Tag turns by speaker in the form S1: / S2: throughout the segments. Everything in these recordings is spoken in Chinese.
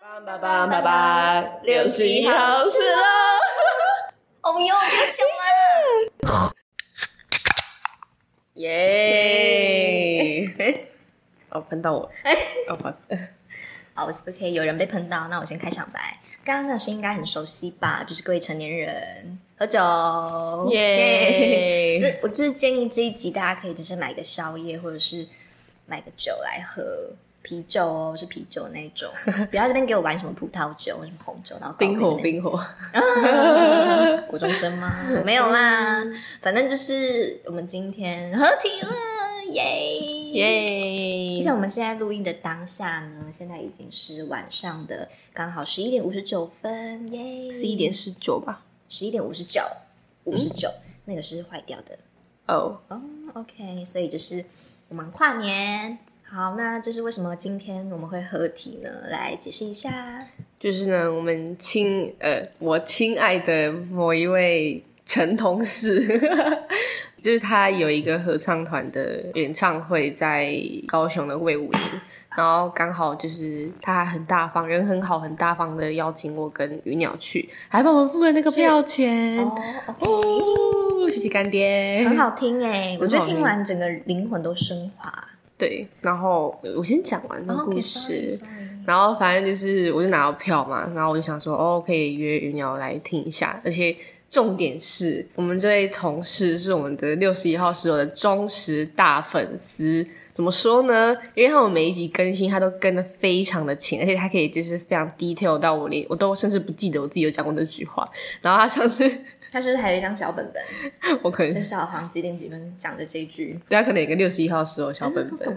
S1: 八八八八六十一号室喽！
S2: 哦哟，不要笑啊！
S1: 耶！哦，喷到我！哦，好，
S2: 好，我是不 K，有人被喷到，那我先开场白。刚刚那声音应该很熟悉吧？就是各位成年人喝酒，
S1: 耶
S2: 这我就是建议这一集大家可以就是买个宵夜，或者是买个酒来喝。啤酒哦，是啤酒那一 种，不要这边给我玩什么葡萄酒、什么红酒，然后搞
S1: 冰火
S2: 我这边
S1: 冰火，
S2: 国中生吗？没有啦，反正就是我们今天合体了，耶！
S1: 耶
S2: 而且我们现在录音的当下呢，现在已经是晚上的刚好十一点五十九分，耶！
S1: 十一点嗯十九吧？
S2: 十一点五十九，五十九，那个是坏掉的
S1: 哦，
S2: 哦。OK，所以就是我们跨年。好，那就是为什么今天我们会合体呢？来解释一下。
S1: 就是呢，我们亲呃，我亲爱的某一位陈同事， 就是他有一个合唱团的演唱会在高雄的魏武营，然后刚好就是他还很大方，人很好，很大方的邀请我跟鱼鸟去，还帮我们付了那个票钱
S2: 哦，OK，
S1: 哦，谢谢干爹，
S2: 很好听哎、我觉
S1: 很好
S2: 得
S1: 听
S2: 听完整个灵魂都升华。
S1: 对，然后呃我先讲完那个
S2: 哦
S1: 故
S2: OK，
S1: 事。
S2: sorry，sorry
S1: 然后反正就是，我就拿到票嘛，然后我就想说，哦，可以约云瑶来听一下。而且重点是我们这位同事是我们的六十一号室友的忠实大粉丝。怎么说呢？因为他们每一集更新，他都跟的非常的勤，而且他可以就是非常 detail 到我连我都甚至不记得我自己有讲过这句话。然后他上次
S2: 他是不是还有一张小本本？
S1: 我可能
S2: 至少好像几点几分讲的这一句，
S1: 对他可能有个六十一号室友小本本，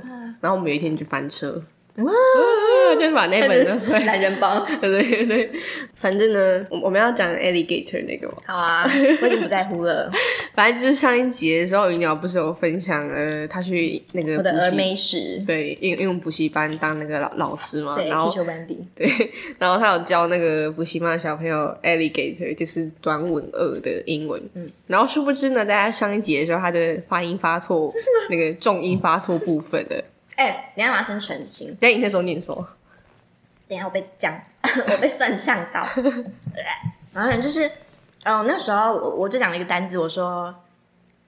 S1: 然后我们有一天就翻车，
S2: 哇
S1: 啊就是把那 本拿出来。
S2: 懒人包。
S1: 对对对，反正呢，我我们要讲 alligator 那个嘛，
S2: 好啊，我已经不在乎了。
S1: 反正就是上一集的时候，云鸟不是有分享呃，他去那个
S2: 我的
S1: 补习
S2: 峨眉石，
S1: 对应应用补习班当那个老老师嘛，
S2: 对
S1: 然后
S2: ，Teacher Wendy，
S1: 对，然后他有教那个补习班的小朋友 alligator，就是短吻鳄的英文，嗯，然后殊不知呢，大家上一集的时候，他的发音发错那个重音发错部分的，
S2: 哎，等一下马上澄清，
S1: 但你那时候念什么？
S2: 等一下我被讲， 我被算相到。然后就是，哦，那时候我我就讲了一个单字，我说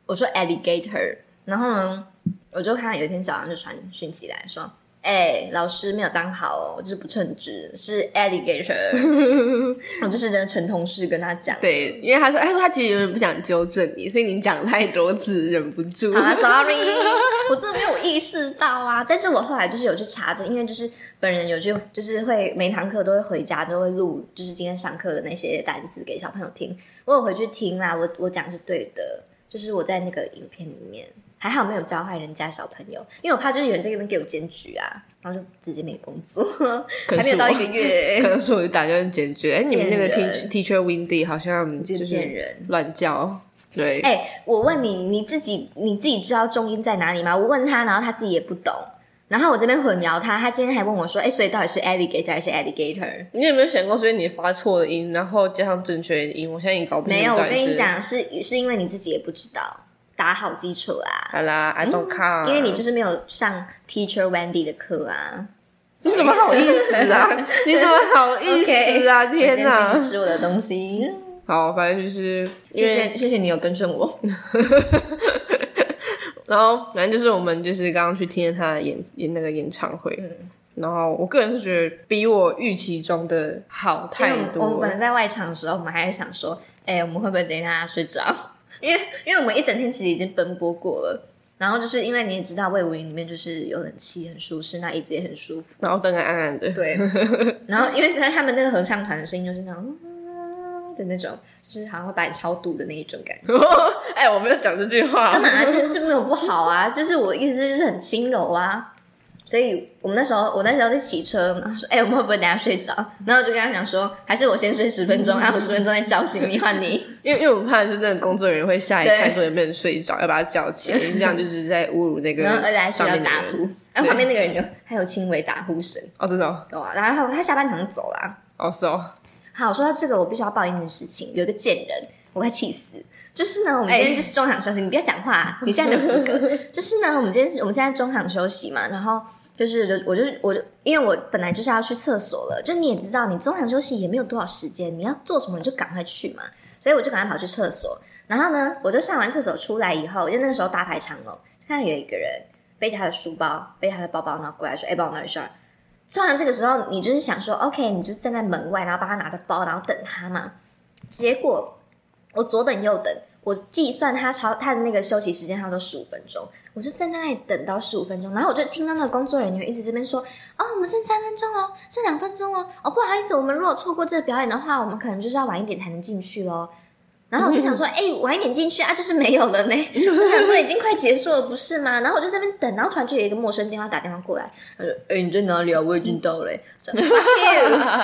S2: 我说 alligator，然后呢，我就看到有一天早上就传讯息来说。哎、老师没有当好哦，就是不称职，是 alligator。我就是真的陈同事跟他讲，
S1: 对，因为他说，他说他其实有点不想纠正你，所以你讲太多次忍不住。
S2: 好啦，sorry，我 真的没有意识到啊。但是我后来就是有去查证，因为就是本人有去，就是会每堂课都会回家都会录，就是今天上课的那些单字给小朋友听。我有回去听啦，我我讲是对的，就是我在那个影片里面还好没有教坏人家小朋友，因为我怕就是有人在那边给我检举啊，然后就直接没工作，
S1: 可是我
S2: 还没有到一个月、
S1: 可能是我就打算解决。哎、你们那个
S2: 贱
S1: teacher
S2: 人
S1: teacher Windy 好像就
S2: 就是见人。
S1: 乱叫，对，
S2: 哎、我问你，你自己你自己知道重音在哪里吗？我问他，然后他自己也不懂，然后我这边混淆他，他今天还问我说，哎、所以到底是 alligator 还是 alligator？
S1: 你有没有想过，所以你发错的音，然后加上正确的音，我现在已经搞不清楚
S2: 没有，我
S1: 到底
S2: 跟你
S1: 是。
S2: 讲，是是因为你自己也不知道，打好基础啦，
S1: 好啦，I don't care，、
S2: 嗯因为你就是没有上 teacher Wendy 的课啊。
S1: 这怎么好意思 啊？你怎么好意思啊？
S2: 我
S1: 天
S2: 先继续
S1: 哪！
S2: 吃我的东西，
S1: 好，反正就是因
S2: 谢
S1: 为
S2: 谢谢谢你有跟正我。
S1: 然后反正就是我们就是刚刚去听了他的演演那个演唱会，
S2: 嗯
S1: 然后我个人是觉得比我预期中的好太
S2: 因为我们我们
S1: 多
S2: 本
S1: 了。
S2: 来在外场的时候，我们还在想说，哎、我们会不会等一下睡着？ 因为因为我们一整天其实已经奔波过了。然后就是因为你也知道，魏无营里面就是有冷气，很舒适，那椅子也很舒服。
S1: 然后灯还暗暗的，
S2: 对，然后因为在他们那个合唱团的声音就是那种嗯的那种，就是好像会把你超度的那一种感觉。
S1: 哎、我没有讲这句话
S2: 干，嘛、这这没有不好啊，就是我意思就是很轻柔啊。所以我们那时候，我那时候在骑车，然后说：“哎、我们会不会等一下睡着？”然后我就跟他讲说：“还是我先睡十分钟，然后十分钟再叫醒你，换你。
S1: 因为因为我们怕的是那个工作人员会吓一
S2: 对
S1: 看，说有没有人睡着，要把他叫起来，这样就是在侮辱那”个
S2: 然后而且还需
S1: 上
S2: 要
S1: 面的
S2: 打
S1: 人。
S2: 呼，然后旁边那个人就还有轻微打呼声，
S1: 哦，真的哦，
S2: 懂吗？然后他下班好像走了啊、
S1: 哦是哦，
S2: 好，说到这个，我必须要报一件事情，有一个贱人，我快气死。就是呢，我们今天就是啊中场休息，你不要讲话，你现在没有资格。就是呢，我们今天我们现在中场休息嘛，然后就是就我就是我就因为我本来就是要去厕所了，就你也知道，你中场休息也没有多少时间，你要做什么你就赶快去嘛，所以我就赶快跑去厕所。然后呢，我就上完厕所出来以后，就那个时候大排长龙，看到有一个人背着他的书包，背着他的包包，然后过来说：“哎、帮我拿一下。”通常这个时候，你就是想说，OK，你就站在门外，然后帮他拿着包，然后等他嘛。结果我左等右等，我计算他超他的那个休息时间，差不多十五分钟，我就站在那里等到十五分钟，然后我就听到那个工作人员一直这边说：“哦，我们剩三分钟喽，剩两分钟喽，哦，不好意思，我们如果错过这个表演的话，我们可能就是要晚一点才能进去喽。”然后我就想说，哎、晚一点进去啊，就是没有了呢。我想说已经快结束了，不是吗？然后我就在那边等，然后突然就有一个陌生电话打电话过来，他说：“哎、你在哪里啊？我已经到了、欸。这样”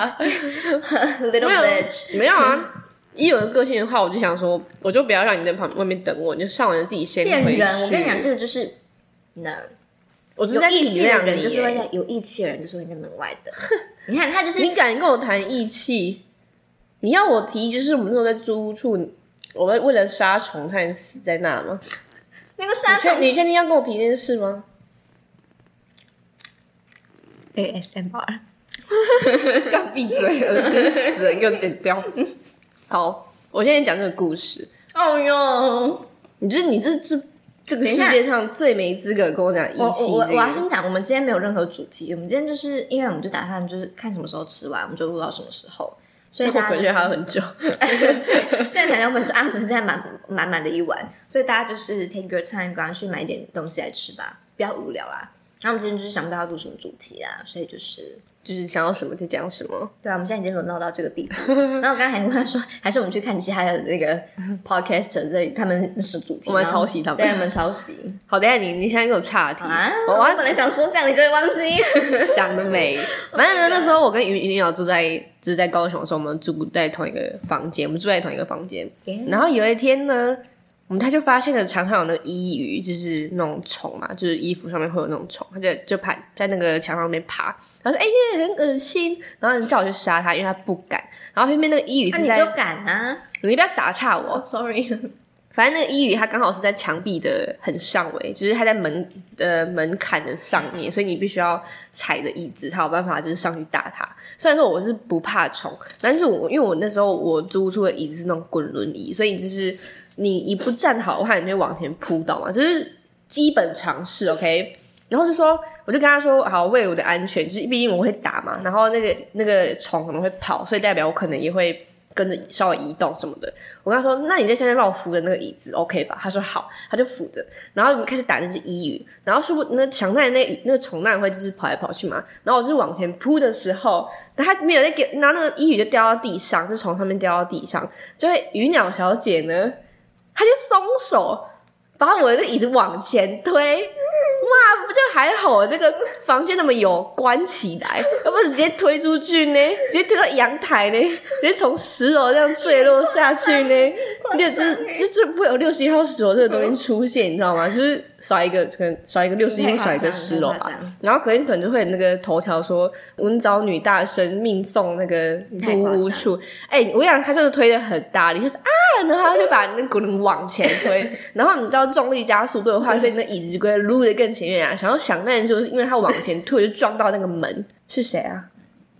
S2: Fuck you,
S1: 没
S2: little
S1: 有
S2: bitch。
S1: 没有啊。一有个性的话，我就想说，我就不要让你在旁外面等我，你就上完自己先
S2: 骗
S1: 回去。
S2: 人！我跟你讲，这个就是 no，
S1: 我是
S2: 有
S1: 在
S2: 义
S1: 体
S2: 气的
S1: 谅
S2: 人
S1: 你
S2: 就是会
S1: 耶
S2: 在有义气的人就是会在门外 的。你看他就是
S1: 你敢跟我谈义气？你要我提，就是我们那时候在租屋处，我们为了杀虫差点死在那吗？
S2: 那个杀
S1: 你确
S2: 手
S1: 你确定要跟我提这件事吗？
S2: ASMR，
S1: 干闭嘴了，死人给我剪掉。 好，我现在讲这个故事。
S2: 哦哟！
S1: 你这你这这这个
S2: 等一
S1: 世
S2: 下
S1: 界上最没资格跟我讲义
S2: 我
S1: 气
S2: 我我
S1: 这
S2: 我要
S1: 个。
S2: 先讲，我们今天没有任何主题，我们今天就是因为我们就打算就是看什么时候吃完，我们就录到什么时候，所以
S1: 我
S2: 大
S1: 可
S2: 家、
S1: 能
S2: 就
S1: 觉
S2: 是
S1: 得、还有很久，
S2: 现在才两分钟啊，我们现在满满满的一碗，所以大家就是 take your time，赶快去买一点东西来吃吧，不要无聊啦。然后我们今天就是想不到要录什么主题啊，所以就是
S1: 就是想要什么就讲什么。
S2: 对啊，我们现在已经沦落到这个地 步。然后我刚才还问他说，还是我们去看其他的那个 podcaster 这他们是主题，
S1: 我们
S2: 然后
S1: 抄袭他们
S2: 对，我们抄袭
S1: 好，等一下你你现在给我岔题，
S2: 啊！
S1: 我
S2: 我
S1: 我要
S2: 本来想说这样，你就会忘记。
S1: 想得美。反正呢，那时候我跟云云瑶住在就是在高雄的时候，我们住在同一个房间，我们住在同一个房间。
S2: Yeah
S1: 然后有一天呢，我们他就发现了墙上有那个衣鱼，就是那种虫嘛，就是衣服上面会有那种虫，他就就爬在那个墙上面爬。他说：“哎、呀，很恶心。”然后你叫我去杀它，因为它不敢。然后偏偏那个衣鱼
S2: 那
S1: 是
S2: 你
S1: 在，
S2: 就敢啊
S1: 你不要打岔我。
S2: ？Sorry，
S1: 反正那个衣鱼它刚好是在墙壁的很上围，就是它在门呃门槛的上面，所以你必须要踩着椅子才有办法就是上去打它。虽然说我是不怕虫，但是我因为我那时候我租出的椅子是那种滚轮椅，所以就是你一不站好的话，你就会往前扑倒嘛，就是基本常识，OK。然后就说，我就跟他说，好，为我的安全，就是毕竟我会打嘛，然后那个那个虫可能会跑，所以代表我可能也会跟着稍微移动什么的。我跟他说，那你在下面帮我扶着那个椅子，OK 吧？他说好，他就扶着，然后我们开始打那只伊鱼，然后是不那墙上的那那个虫蛋会就是跑来跑去嘛，然后我就是往前扑的时候，但他没有在给，然后那个伊鱼就掉到地上，就从上面掉到地上，就会鱼鸟小姐呢，她就松手。把我的椅子往前推，哇，不就还好？我这个房间那么有关起来，要不直接推出去呢？直接推到阳台呢？直接从十楼这样坠落下去呢？六就是就是不会有六十一号十楼这个东西出现，你知道吗？就是少一个，可能少一个六十一，
S2: 太夸张
S1: 少一个十楼
S2: 太夸
S1: 吧
S2: 张。
S1: 然后可能可能就会有那个头条说文藻女大生命送那个租屋处，哎、我跟你讲，他就是推的很大力，就是啊，然后他就把那滚轮往前 推，然后你知道重力加速度的话，所以那椅子就会撸得更前面啊。想要想那人就是因为他往前推，就撞到那个门，是谁啊？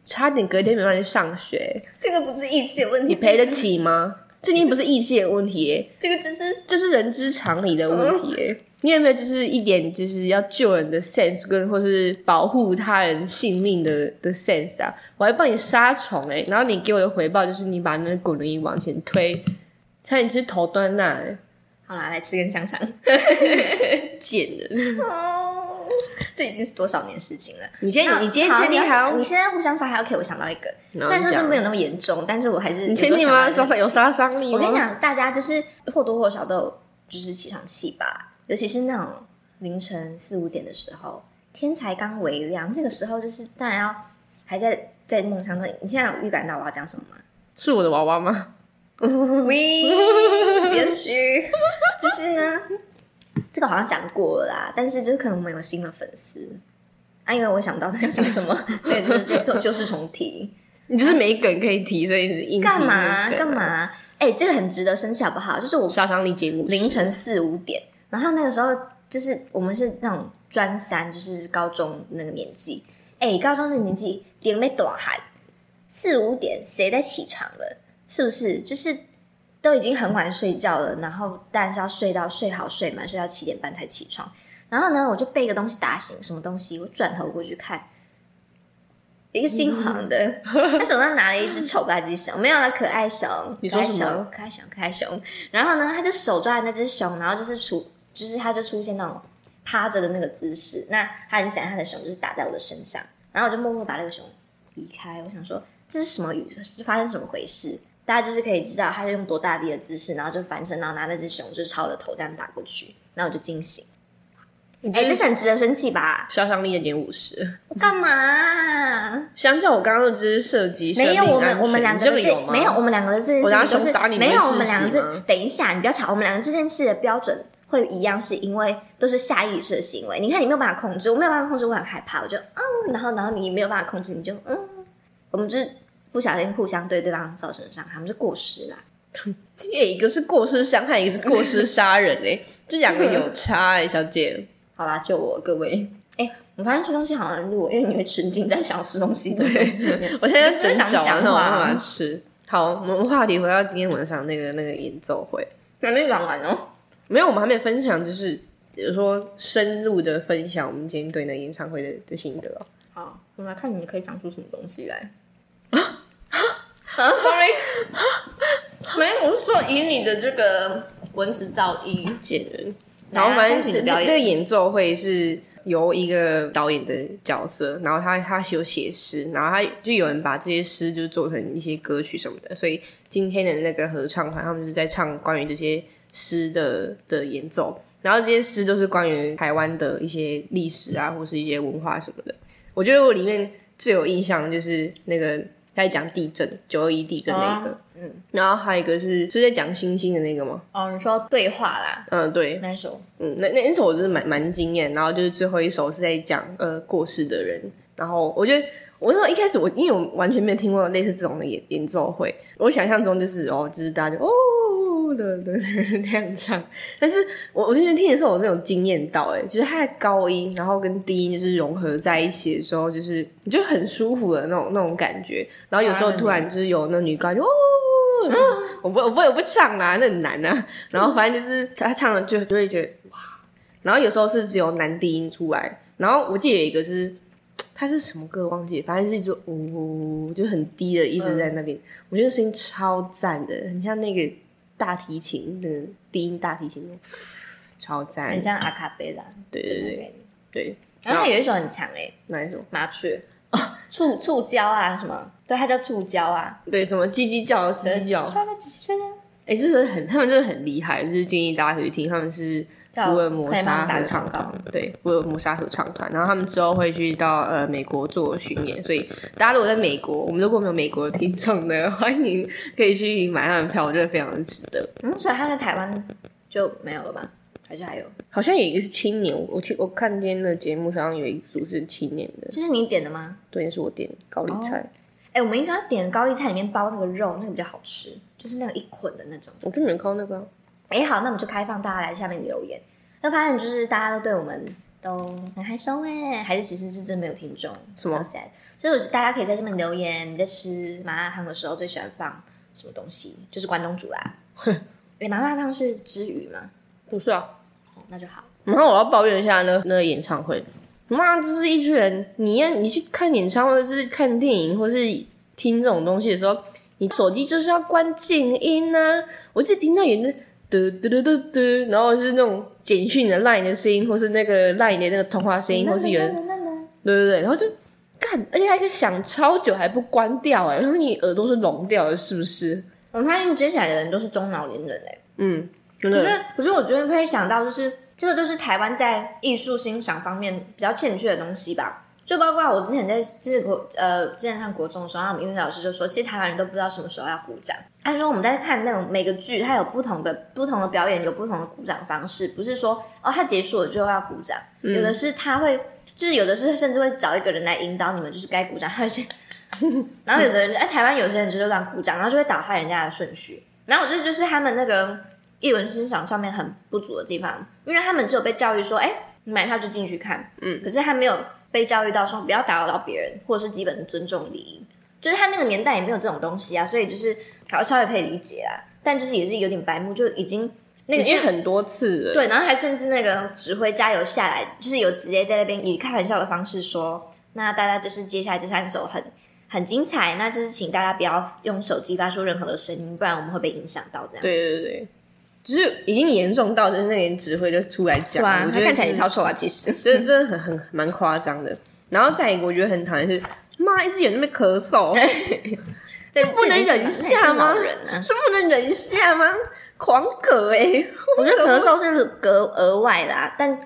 S1: 差点隔天没办法去上学，
S2: 这个不是义气的问 题，
S1: 你赔得起吗？这已经不是义气的问题耶、
S2: 这个就是
S1: 这是人之常理的问题耶、
S2: 嗯
S1: 你有没有就是一点就是要救人的 sense 跟或是保护他人性命的的 sense 啊？我还帮你杀虫哎，然后你给我的回报就是你把那个滚轮椅往前推，差点就是头端那、欸，
S2: 好啦，来吃根香肠。
S1: 贱人！
S2: 哦，这已经是多少年事情了？
S1: 你今天
S2: 那
S1: 你今天
S2: 好
S1: 确定
S2: 你
S1: 还
S2: 要
S1: 要
S2: 你？现在互相伤害，OK，我想到一个，
S1: 然后
S2: 虽然说
S1: 你
S2: 这
S1: 讲
S2: 没有那么严重，但是我还是
S1: 你
S2: 有时
S1: 确
S2: 候
S1: 定
S2: 想到
S1: 吗？
S2: 一个
S1: 杀伤有杀伤力吗？
S2: 我跟你，讲，大家就是或多或少都有就是起床气吧，尤其是那种凌晨四五点的时候，天才刚微亮，这个时候就是当然要还在在梦乡中。你现在有预感到我要讲什么吗？
S1: 是我的娃娃吗？
S2: 喂，也许就是呢，这个好像讲过了啦，但是就是可能我们有新的粉丝啊，因为我想到他要讲什么，所以就是就就是重提，
S1: 你就是没梗可以提，所以你是硬提
S2: 干嘛
S1: 那
S2: 啊
S1: 个
S2: 干
S1: 梗啊
S2: 嘛？啊？哎、这个很值得生气好不好？就是我
S1: 杀伤力节目
S2: 凌晨四五点，然后那个时候就是我们是那种专三，就是高中那个年纪。哎、高中的年纪，点没短喊，四五点谁在起床了？是不是？就是都已经很晚睡觉了，然后当然是要睡到睡好睡满，睡到七点半才起床。然后呢，我就被一个东西打醒，什么东西？我转头过去看，一个姓
S1: 嗯
S2: 黄的，他手上拿了一只丑吧唧熊，没有了可爱熊，
S1: 你说
S2: 可爱
S1: 什么
S2: 熊？可爱熊，可爱熊。然后呢，他就手抓着那只熊，然后就是出，就是他就出现那种趴着的那个姿势。那他很显然他的熊就是打在我的身上，然后我就默默把那个熊离开。我想说这是什么语，是发生什么回事？大家就是可以知道他是用多大力的姿势，然后就翻身，然后拿那只熊就朝我的头这样打过去，然后我就惊醒。
S1: 你
S2: 哎、
S1: 这
S2: 这
S1: 是
S2: 是很值得生气吧？
S1: 杀伤力的点五十。
S2: 我干嘛啊、
S1: 相较我刚刚的只是涉及生
S2: 没有，
S1: 命
S2: 我
S1: 安
S2: 们我们
S1: 全
S2: 两
S1: 你
S2: 个
S1: 这
S2: 的
S1: 个
S2: 这
S1: 有吗？
S2: 没有，我们两个的这件
S1: 我
S2: 事
S1: 拿
S2: 情就是
S1: 熊打你
S2: 没有，
S1: 你会
S2: 我们两个
S1: 窒息吗
S2: 是等一下，你不要吵，我们两个这件事的标准会一样，是因为都是下意识的行为。你看你没有办法控制，我没有办法控制，我很害怕，我就嗯，然后然后你没有办法控制，你就嗯，我们就是不小心互相对对方造成伤害，我们就过失啦。
S1: 哎一个是过失伤害， 一个是过失杀人哎、这两个有差哎、小 姐。
S2: 好啦，救我各位！哎，我发现吃东西好难录，因为你会沉浸在想吃东西的东西里面。
S1: 我现在等
S2: 想
S1: 讲完
S2: 讲啊
S1: 后，我
S2: 话
S1: 要把它吃。好，我们话题回到今天晚上那个那个演奏会，
S2: 还没讲完哦。
S1: 没有，我们还没分享，就是比如说深入的分享我们今天对那个演唱会的的心得哦、
S2: 好，啊我们来看你可以讲出什么东西 来。啊，sorry，没有，我是说以你的这个文词造诣，
S1: 贱人。
S2: 来
S1: 然
S2: 啊
S1: 后反正
S2: 开始
S1: 这
S2: 你表
S1: 这
S2: 演
S1: 个演奏会是由一个导演的角色，然后他他有写诗，然后他就有人把这些诗就做成一些歌曲什么的，所以今天的那个合唱团他们就是在唱关于这些诗的的演奏，然后这些诗都是关于台湾的一些历史啊，或是一些文化什么的。我觉得我里面最有印象的就是那个他在讲地震九二一地震那
S2: 啊
S1: 个，嗯，然后还有一个是是在讲星星的那个吗？
S2: 哦，你说对话啦，
S1: 嗯，对，
S2: 那一首
S1: 嗯，那那那首我就是蛮蛮惊艳，然后就是最后一首是在讲呃过世的人，然后我觉得我那时候一开始我因为我完全没有听过类似这种的演演奏会，我想象中就是哦，就是大家就哦的的那样唱，但是我我那边听的时候我真的有惊艳到哎、欸就是它的高音然后跟低音就是融合在一起的时候，就是你就很舒服的那种那种感觉，然后有时候突然就是有那女高音就哦。我不，我不，我不唱啦、那很难啊。然后反正就是他唱了就就会觉得然后有时候是只有男低音出来，然后我记得有一个是它是什么歌忘记了，反正是一直呜、就很低的一直在那边，我觉得声音超赞的，很像那个大提琴的低音大提琴那种，超赞
S2: 很。像阿卡贝拉，
S1: 对对对对，
S2: 然后它有一首很强哎，
S1: 哪一首？
S2: 麻雀，触触礁啊什么，对，它叫触礁啊，
S1: 对，什么叽叽叫叽叽叫，哎、就是很他们就是很厉害，就是建议大家可以去听，他们是福尔摩沙合唱团，对，福尔摩沙合唱团。然后他们之后会去到呃美国做巡演，所以大家如果在美国，我们如果没有美国的听众呢，欢迎可以去买他们的票，我觉得非常的值得。
S2: 嗯，所以它在台湾就没有了吧？还是还有？
S1: 好像有一个是青年，我我听我看今天的节目上有一组是青年的，
S2: 这是你点的吗？
S1: 对，是我点高丽菜，
S2: 哎，我们应该点高丽菜里面包那个肉，那个比较好吃，就是那个一捆的那种。
S1: 我就没有看到那个啊、
S2: 哎，好，那我们就开放大家来下面留言。那发现就是大家都对我们都很害羞哎，还是其实是真没有听众，
S1: 什么
S2: so sad 所以我觉得大家可以在这边留言，你在吃麻辣烫的时候最喜欢放什么东西？就是关东煮 啦。哎，麻辣烫是之余吗？
S1: 不是啊，
S2: 哦，那就好。
S1: 然后我要抱怨一下那那个演唱会，妈，就是一群人，你要你去看演唱会，是看电影，或是听这种东西的时候，你手机就是要关静音呐、我是听到有那嘟嘟嘟嘟嘟，然后是那种简讯的 LINE 的声音，或是那个 LINE 的那个通话声音，或是有人对对对，然后就干，而且还在响超久还不关掉哎、然后你耳朵是聋掉了是不是？
S2: 我发现接下来的人都是中老年人哎。
S1: 嗯，真
S2: 可
S1: 的
S2: 是，可是我觉得可以想到，就是这个就是台湾在艺术欣赏方面比较欠缺的东西吧。就包括我之前在就是国呃之前上国中的时候，然后我们英语老师就说，其实台湾人都不知道什么时候要鼓掌。他说我们在看那种每个剧，它有不同的不同的表演，有不同的鼓掌方式，不是说哦它结束了就要鼓掌，有的是哦他会就是有的是甚至会找一个人来引导你们，就是该鼓掌，还有一些， 然后有的人哎、台湾有些人就是乱鼓掌，然后就会打坏人家的顺序。然后我觉得就是他们那个艺文欣赏上面很不足的地方，因为他们只有被教育说，哎，你买票就进去看，
S1: 嗯，
S2: 可是他没有被教育到说不要打扰到别人，或者是基本的尊重礼仪，就是他那个年代也没有这种东西啊，所以就是搞稍微可以理解啦，但就是也是有点白目，就已经那个
S1: 已经很多次了。
S2: 对，然后还甚至那个指挥加油下来，就是有直接在那边以开玩笑的方式说，那大家就是接下来这三首很很精彩，那就是请大家不要用手机发出任何的声音，不然我们会被影响到这样。
S1: 对对对，就是已经严重到就是那连指挥就出来讲
S2: 对
S1: 了，
S2: 啊，
S1: 我
S2: 他
S1: 觉得
S2: 看起来
S1: 是
S2: 也超丑啊，其实。
S1: 真的真的很很蛮夸张的。然后再一个，我觉得很讨厌是，妈一直有那边咳嗽，
S2: 对，
S1: 不能忍一下吗
S2: 那也是老人 啊，
S1: 是不能忍一下吗？狂咳哎、欸，
S2: 我觉得咳嗽是隔额外啦、但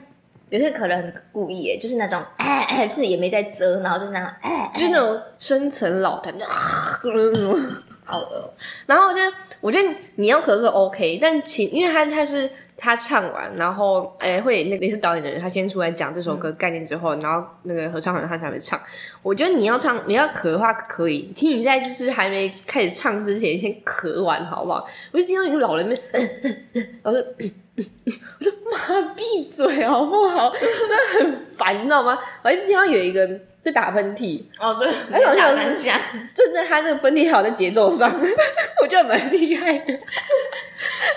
S2: 有些可能很故意耶，就是那种 哎哎，就是也没在遮，然后就是那种哎，
S1: 就是那种深层老痰，
S2: 好恶
S1: 呃然后就我觉得你要咳嗽 OK，但请因为他他是他唱完，然后诶、会那个也是导演的人，他先出来讲这首歌概念之后，然后那个合唱团他才会唱。我觉得你要唱你要咳的话可以，请你在就是还没开始唱之前先咳完好不好？我就听到一个老人在那边，然后就。呃我就妈闭嘴好不好？真的很烦，你知道吗？我一直听到有一个人在打喷嚏，
S2: 哦，对，
S1: 哎我
S2: 打
S1: 想
S2: 三下，
S1: 真的，他那个本体好在节奏上， 我觉得蛮厉害的，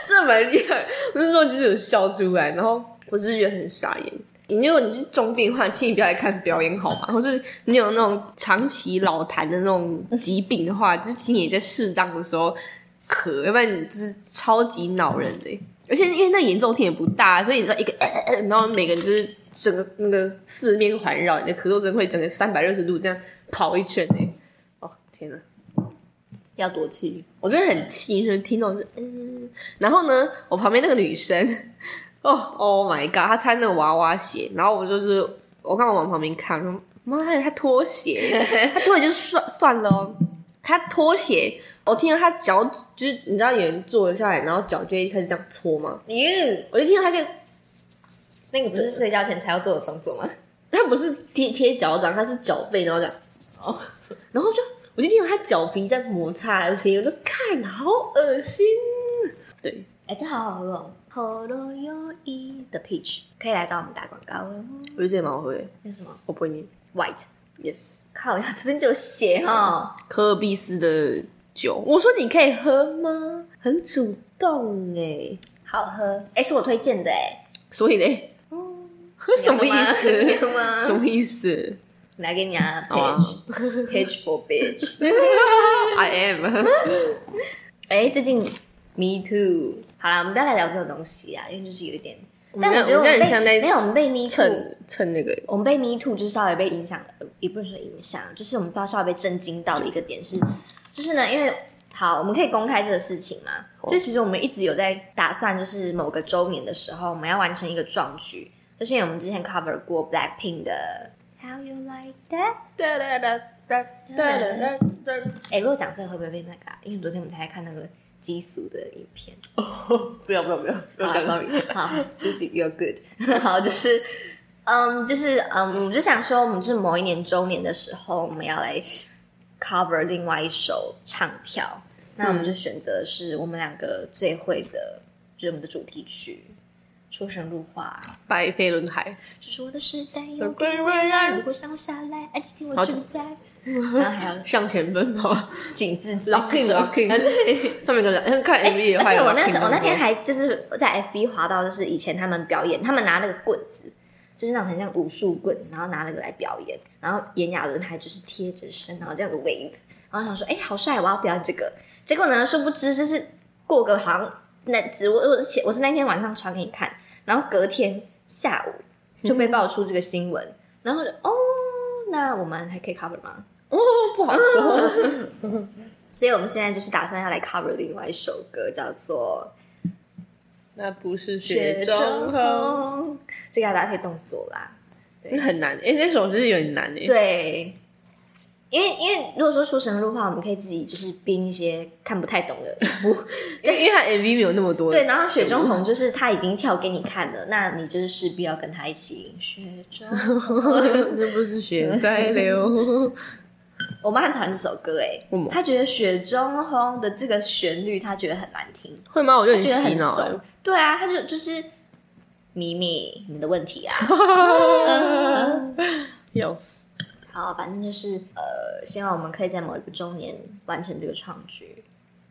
S1: 真的蛮厉害。我是说，就是有笑出来，然后我只是觉得很傻眼。你如果你是重病患，请你不要来看表演好吗？或是你有那种长期老痰的那种疾病的话，就是请你在适当的时候咳，要不然你就是超级恼人的欸。而且因为那演奏厅也不大，所以你知道一个 咳咳咳然后每个人就是整个那个四面环绕，你的咳嗽声会整个三百六十度这样跑一圈呢。哦，天哪！
S2: 要多
S1: 气，我真的很气，就是听到就是嗯，然后呢，我旁边那个女生， 哦，Oh my god，她穿那个娃娃鞋，然后我就是我刚我往旁边看，我说妈呀，她拖 鞋，她拖鞋就算算了、哦，她拖鞋，我听到她脚趾就是你知道有人坐下来，然后脚就会开始这样搓嘛，
S2: 咦，
S1: 我就听到她就
S2: 那个不是睡觉前才要做的动作吗？
S1: 他不是贴贴脚掌，他是脚背，然后这样，哦， 然后就我就听到他脚皮在摩擦的声音，我就看好恶心。对，
S2: 哎、这好好喝哦。喉咙有一的 Peach 可以来找我们打广告哦。
S1: 我觉得这也蛮好喝的，
S2: 那什么
S1: 我不会念。
S2: White，
S1: Yes，
S2: 靠呀，这边就有写哦。
S1: 科尔必斯的酒，我说你可以喝吗？很主动哎、
S2: 好喝，哎、是我推荐的 哎。
S1: 所以嘞，嗯什么意
S2: 你
S1: 思？
S2: 要 吗？
S1: 什么意思
S2: 来给你啊
S1: 好啊
S2: ，Page Page for Bitch。
S1: ？I am
S2: 哎、最近 Me Too。好啦，我们不要来聊这种东西啊，因为就是有一点。但我觉得我
S1: 我们
S2: 们
S1: 很像
S2: 被
S1: 在
S2: 没有，我们被 Me Too
S1: 蹭蹭那个
S2: 我们被 Me Too 就是稍微被影响，呃也不能说影响，就是我们稍微被震惊到的一个点是，就是呢，因为好，我们可以公开这个事情嘛，就其实我们一直有在打算，就是某个周年的时候，我们要完成一个壮举，就是因为我们之前 cover 过 Blackpink 的 How You Like That。
S1: 哒哒哒哒
S2: 哒
S1: 哒哒。
S2: 哎、如果讲这个会不会被那个、啊？因为昨天我们才看那个基俗的影片。
S1: 不要不要不要！不要
S2: 啊
S1: 讲
S2: ，sorry，好，就是 you're good，好， 就是，嗯，就是，嗯，我就想说，我们就是某一年周年的时候，我们要来 cover 另外一首唱跳，那我们就选择是我们两个最会的，就是我们的主题曲《出神入化》。
S1: 白飞轮海。
S2: 这是我的时代，有归未来。如果想我下来，爱情听我存在。然后还有
S1: 向前奔 跑
S2: 井字 之
S1: ，Rocking
S2: 手
S1: Rocking，他们有个人看 MV 也会
S2: 哎而且
S1: rocking
S2: 我那时候我那天
S1: 很多
S2: 还就是在 FB 滑到，就是以前他们表演，他们拿那个棍子，就是那种很像武术棍，然后拿那个来表演，然后炎亚纶还就是贴着身，然后这样 wave，然后想说，哎、好帅，我要表演这个。结果呢，殊不知就是过个好像那只我我前我是那天晚上传给你看，然后隔天下午就被爆出这个新闻， 然后就哦，那我们还可以 cover 吗？
S1: 哦不好说，
S2: 所以我们现在就是打算要来 cover 另外一首歌，叫做
S1: 那不是
S2: 雪
S1: 雪中
S2: 中
S1: 红，
S2: 红，这个要搭配动作啦。
S1: 那很难哎，那首就是有点难哎，
S2: 对，因为因为如果说出神入化，我们可以自己就是编一些看不太懂 的一幕。
S1: 因为因为他 MV 没有那么多，
S2: 对，然后雪中红就是他已经跳给你看了，那你就是势必要跟他一起雪 中。
S1: 那不是雪在流，
S2: 我妈很讨厌这首歌哎
S1: 为什么，
S2: 她觉得雪中红的这个旋律她觉得很难听，
S1: 会吗？我就很
S2: 觉得
S1: 洗
S2: 很
S1: 脑哎
S2: 怂，。对啊，她就就是咪咪你的问题啊。
S1: 笑死！
S2: 好，反正就是呃，希望我们可以在某一个周年完成这个创举。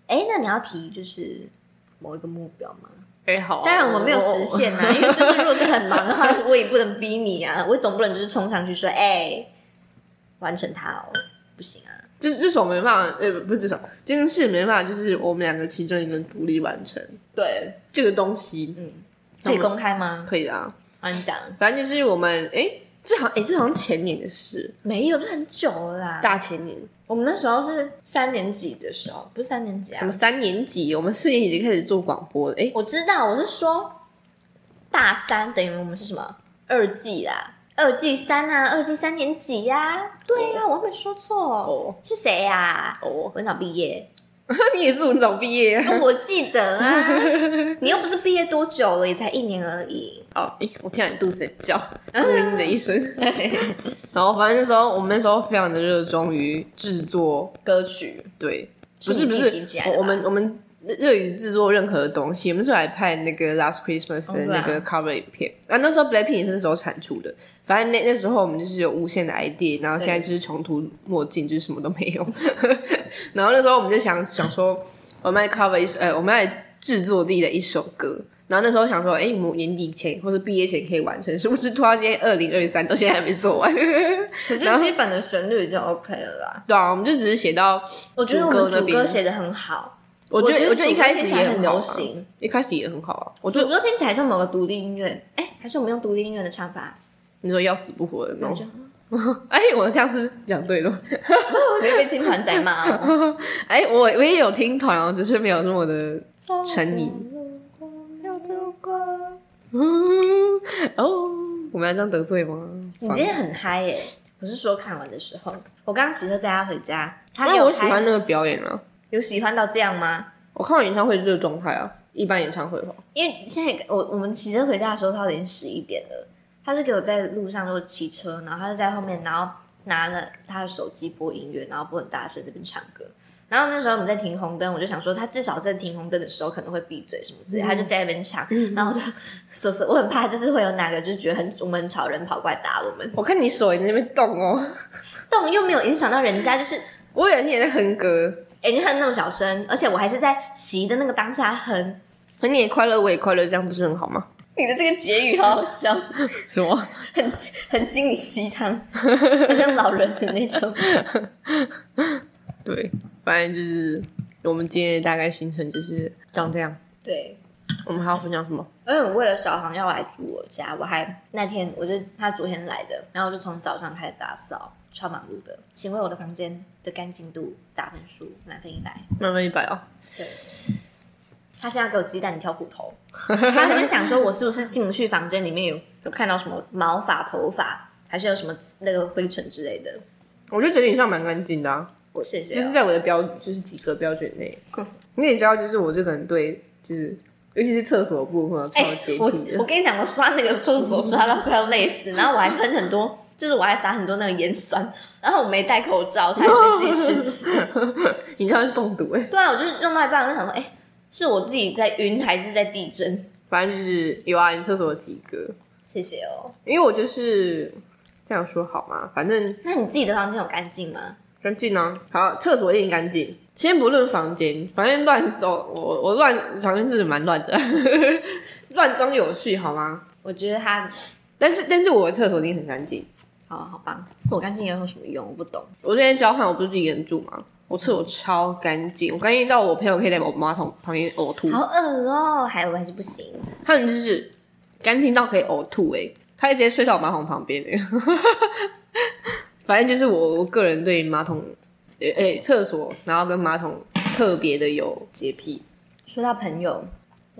S2: 哎，那你要提就是某一个目标吗？
S1: 哎，好啊、
S2: 当然我没有实现啊，因为就是如果真的很忙的话，我也不能逼你啊，我总不能就是冲上去说，哎、完成它哦，不行啊。
S1: 这这首没办法，呃，不不是这首，这件事没办法，就是我们两个其中一个独立完成
S2: 对，
S1: 这个东西，
S2: 可以公开吗？
S1: 可以啦。
S2: 啊，你讲，
S1: 反正就是我们，哎，这好像，哎，这好像前年的事，
S2: 没有，这很久了啦。
S1: 大前年，
S2: 我们那时候是三年级的时候，不是三年级啊
S1: 什么？三年级，我们四年级就开始做广播 了，哎，
S2: 我知道，我是说大三等于我们是什么二季啦，二季三啊，二季三年级呀、对呀、我没说错。
S1: 哦
S2: 是谁啊呀、
S1: 哦，
S2: 文藻毕业，
S1: 你也是文藻毕业啊？
S2: 我记得啊， 你又不是毕业多久了，也才一年而已。
S1: 哦，哎，我听到你肚子在叫，咕噜的一声。然后反正那时候我们那时候非常的热衷于制作
S2: 歌曲
S1: 对，
S2: 是
S1: 不是
S2: 你
S1: 不
S2: 自己提
S1: 是
S2: 起来，的吧
S1: 我我们我们热于制作任何东西，我们是来拍那个 Last Christmas 的
S2: 哦对
S1: 那
S2: 啊
S1: 个 cover 影片。啊，那时候 Blackpink 也是那时候产出的，反正那那时候我们就是有无限的 idea，然后现在就是穷途末境，就是什么都没有。 然后那时候我们就想想说，我们来 cover 一首，呃，我们来制作自己的一首歌。然后那时候想说，哎、我们年底前或是毕业前可以完成，是不是拖到今天二零二三到现在还没做完？
S2: 可是基本的旋律已经 OK 了啦。
S1: 对啊，我们就只是写到，
S2: 我觉得我
S1: 主歌
S2: 们
S1: 那
S2: 主歌
S1: 边
S2: 写的很好，
S1: 我觉
S2: 我觉
S1: 得
S2: 得
S1: 我觉得一开始也
S2: 主歌听起来很
S1: 好啊
S2: 流行，
S1: 一开始也很好啊。我
S2: 主
S1: 就
S2: 歌听起来像某个独立音乐。哎、还是我们用独立音乐的 唱法？
S1: 你说要死不活的那
S2: 我
S1: 种，
S2: 就
S1: 哎，我这样是讲对了吗。
S2: 我没被听团仔骂哦。
S1: 哎，我我也有听团哦，只是没有那么的沉迷。 哦，我们要这样得罪吗？
S2: 你今天很嗨耶、我是说看完的时候，我刚刚骑车载他回家，他
S1: 那
S2: 有
S1: 我喜
S2: 嗨
S1: 欢那个表演啊，
S2: 有喜欢到这样吗？
S1: 我看完演唱会这个状态啊，一般演唱会的话，
S2: 因为现在我我们骑车回家的时候，他已经十一点了，他就给我在路上就骑车，然后他就在后面，然后拿了他的手机播音乐，然后播很大声在那边唱歌。然后那时候我们在停红灯，我就想说他至少在停红灯的时候可能会闭嘴什么之类，他就
S1: 嗯
S2: 在那边唱，然后我就瑟瑟，我很怕就是会有哪个就是觉得很我们很吵人跑过来打我们，
S1: 我看你手也在那边动哦，
S2: 动又没有影响到人家，就是
S1: 我有一天也在哼歌，
S2: 哎、你哼那么小声，而且我还是在骑的那个当下哼。
S1: 和你也快乐，我也快乐，这样不是很好吗？
S2: 你的这个结语好好笑，
S1: 什么？
S2: 很很心灵鸡汤， 很像老人的那种。
S1: 对，反正就是我们今天的大概行程就是长这样。
S2: 对，
S1: 我们还要分享什么？
S2: 因为我为了小航要来住我家，我还那天我就他昨天来的，然后我就从早上开始打扫，刷马路的。请为我的房间的干净度打分数，满分一百。
S1: 满分一百哦。
S2: 他现在给我鸡蛋挑骨 头，他在那边想说，我是不是进去房间里面有有看到什么毛发、头发，还是有什么那个灰尘之类的？
S1: 我觉得整体上蛮干净的、啊，
S2: 我谢谢
S1: 其
S2: 哦、
S1: 实在我的标就是及格标准内。你也知道，就是我这个人对就是。尤其是厕所的部分，我超
S2: 哎、
S1: 洁
S2: 我
S1: 癖
S2: 我
S1: 的。
S2: 跟你讲，我刷那个厕所刷到快要累死，然后我还喷很 多，就是我还撒很多那个盐酸，然后我没戴口罩，差点被自己 熏死。
S1: 你这样会中毒哎、
S2: 对啊，我就是用到一半，我就想说，哎、是我自己在晕还是在地震？
S1: 反正就是有啊，你厕所有及格。
S2: 谢谢哦。
S1: 因为我就是这样说好吗？反正
S2: 那你自己的房间有干净吗？
S1: 干净啊，好，厕所一定干净。先不论房间，反正乱走，我我乱，房间是蛮乱的， 乱中有序好吗？
S2: 我觉得他
S1: 但是但是我的厕所一定很干净。
S2: 好好棒，厕所干净也有什么用？我不懂。
S1: 我之前交换，我不是自己一个人住嘛，我厕所超干净，我干净到我朋友可以在我马桶旁边呕吐，
S2: 好恶哦、还我还是不行。
S1: 他们就是干净到可以呕吐诶、他就直接睡到我马桶旁边诶、 反正就是我我个人对马桶诶诶厕所，然后跟马桶特别的有洁癖，
S2: 说到朋友，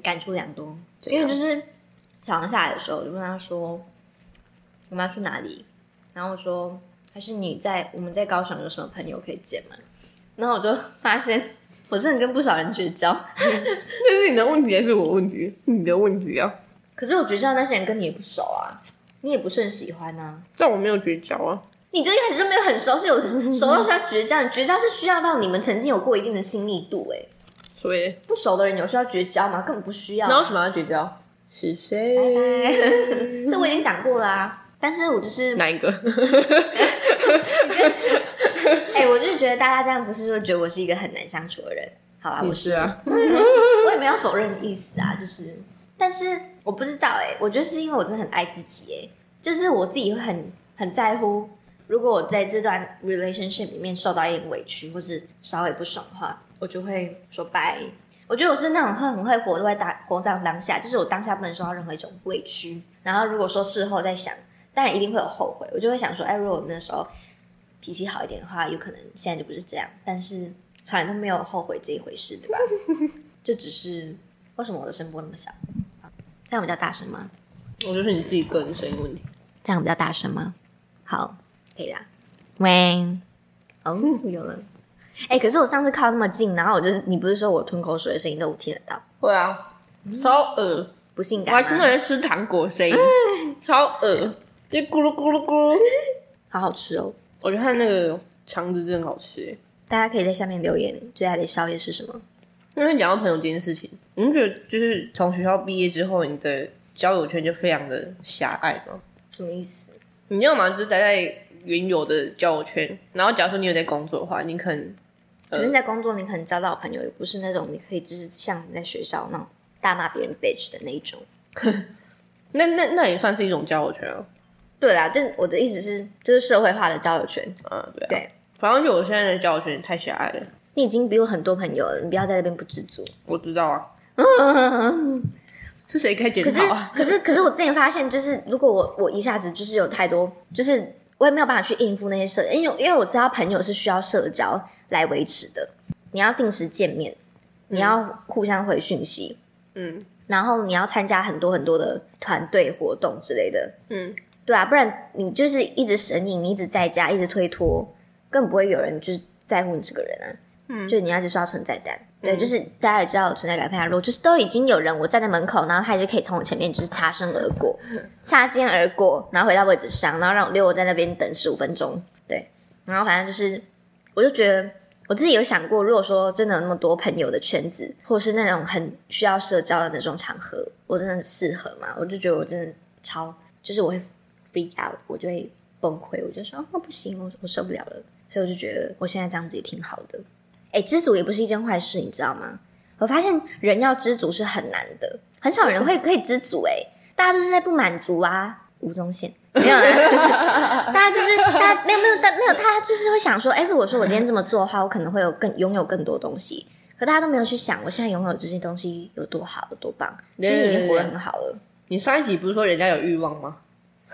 S2: 感触良多，
S1: 对啊
S2: 因为就是小航下来的时候，我就问他说我们要去哪里，然后我说还是你在我们在高雄有什么朋友可以见吗？然后我就发现我真的跟不少人绝交，
S1: 那是你的问题还是我的问题？你的问题啊，
S2: 可是我绝交那些人跟你也不熟啊，你也不是很喜欢啊。
S1: 但我没有绝交啊。
S2: 你就一开始就没有很熟，是有熟到需要绝交，绝交是需要到你们曾经有过一定的亲密度、欸，哎，
S1: 所以，
S2: 不熟的人有需要绝交吗？根本不需要啊、
S1: 那为什么要绝交？是谁？
S2: 这我已经讲过啦、但是我就是，
S1: 哪 一个？
S2: 哎、我就是觉得大家这样子是不是觉得我是一个很难相处的人？好啦，我
S1: 你
S2: 是
S1: 是啊，
S2: 我也没有否认的意思啊，就是，但是我不知道哎、我觉得是因为我真的很爱自己哎、就是我自己会很很在乎，如果我在这段 relationship 里面受到一点委屈或是稍微不爽的话，我就会说拜。我觉得我是那种会很会活在当活在当下，就是我当下不能受到任何一种委屈。然后如果说事后再想，当然一定会有后悔，我就会想说，哎、如果我那时候脾气好一点的话，有可能现在就不是这样。但是从来都没有后悔这一回事，对吧？就只是为什么我的声波那么小？这样比较大声吗？
S1: 我就是你自己个人声音问题。
S2: 这样比较大声吗？好，可以啦。喂，哦，有了。哎、可是我上次靠那么近，然后我就是你不是说我吞口水的声音都听得到，
S1: 会啊，超恶，
S2: 不性
S1: 我还
S2: 感
S1: 听到
S2: 吗？
S1: 人吃糖果声音， 超恶，就咕噜咕噜咕噜。
S2: 好好吃哦！
S1: 我觉得它那个肠子真的好吃欸耶。
S2: 大家可以在下面留言最爱的宵夜是什么？
S1: 那你讲到朋友这件事情，你不觉得就是从学校毕业之后，你的交友圈就非常的狭隘吗？
S2: 什么意思？
S1: 你要么就是待在原有的交友圈，然后假如说你有在工作的话，你可能
S2: 可是你在工作，你可能交到的朋友，也不是那种你可以就是像你在学校那种大骂别人 bitch 的那一种。
S1: 那那那也算是一种交友圈啊。
S2: 对啦，但我的意思是，就是社会化的交友圈，
S1: 啊，对啊。
S2: 对
S1: 反正就我现在的交友圈也太狭隘了。
S2: 你已经比我很多朋友了，你不要在那边不知足。
S1: 我知道 啊。是谁该检
S2: 可是
S1: 讨啊？
S2: 可是可是我之前发现，就是如果我我一下子就是有太多，就是我也没有办法去应付那些社，因为因为我知道朋友是需要社交来维持的，你要定时见面，你要互相回讯息，
S1: 嗯，
S2: 然后你要参加很多很多的团队活动之类的，
S1: 嗯，
S2: 对啊，不然你就是一直神隐，你一直在家，一直推脱，根本不会有人就是在乎你这个人啊。嗯，就你要一直刷存在感，对，就是大家也知道我存在感非常弱，就是都已经有人我站在门口，然后他就可以从我前面就是擦身而过，擦肩而过，然后回到位置上，然后让我溜我在那边等十五分钟，对，然后反正就是，我就觉得我自己有想过，如果说真的有那么多朋友的圈子，或是那种很需要社交的那种场合，我真的适合吗？我就觉得我真的超，就是我会 freak out，我就会崩溃，我就说哦不行，我我受不了了，所以我就觉得我现在这样子也挺好的。哎，知足也不是一件坏事，你知道吗？我发现人要知足是很难的，很少人会可以知足哎、大家都是在不满足啊，吴宗宪没有啦，大家就是大家没有没有但没有，大家就是会想说，哎，如果说我今天这么做的话，我可能会有更拥有更多东西，可大家都没有去想，我现在拥有这些东西有多好，有多棒，其实已经活得很好了。
S1: 你上一集不是说人家有欲望吗？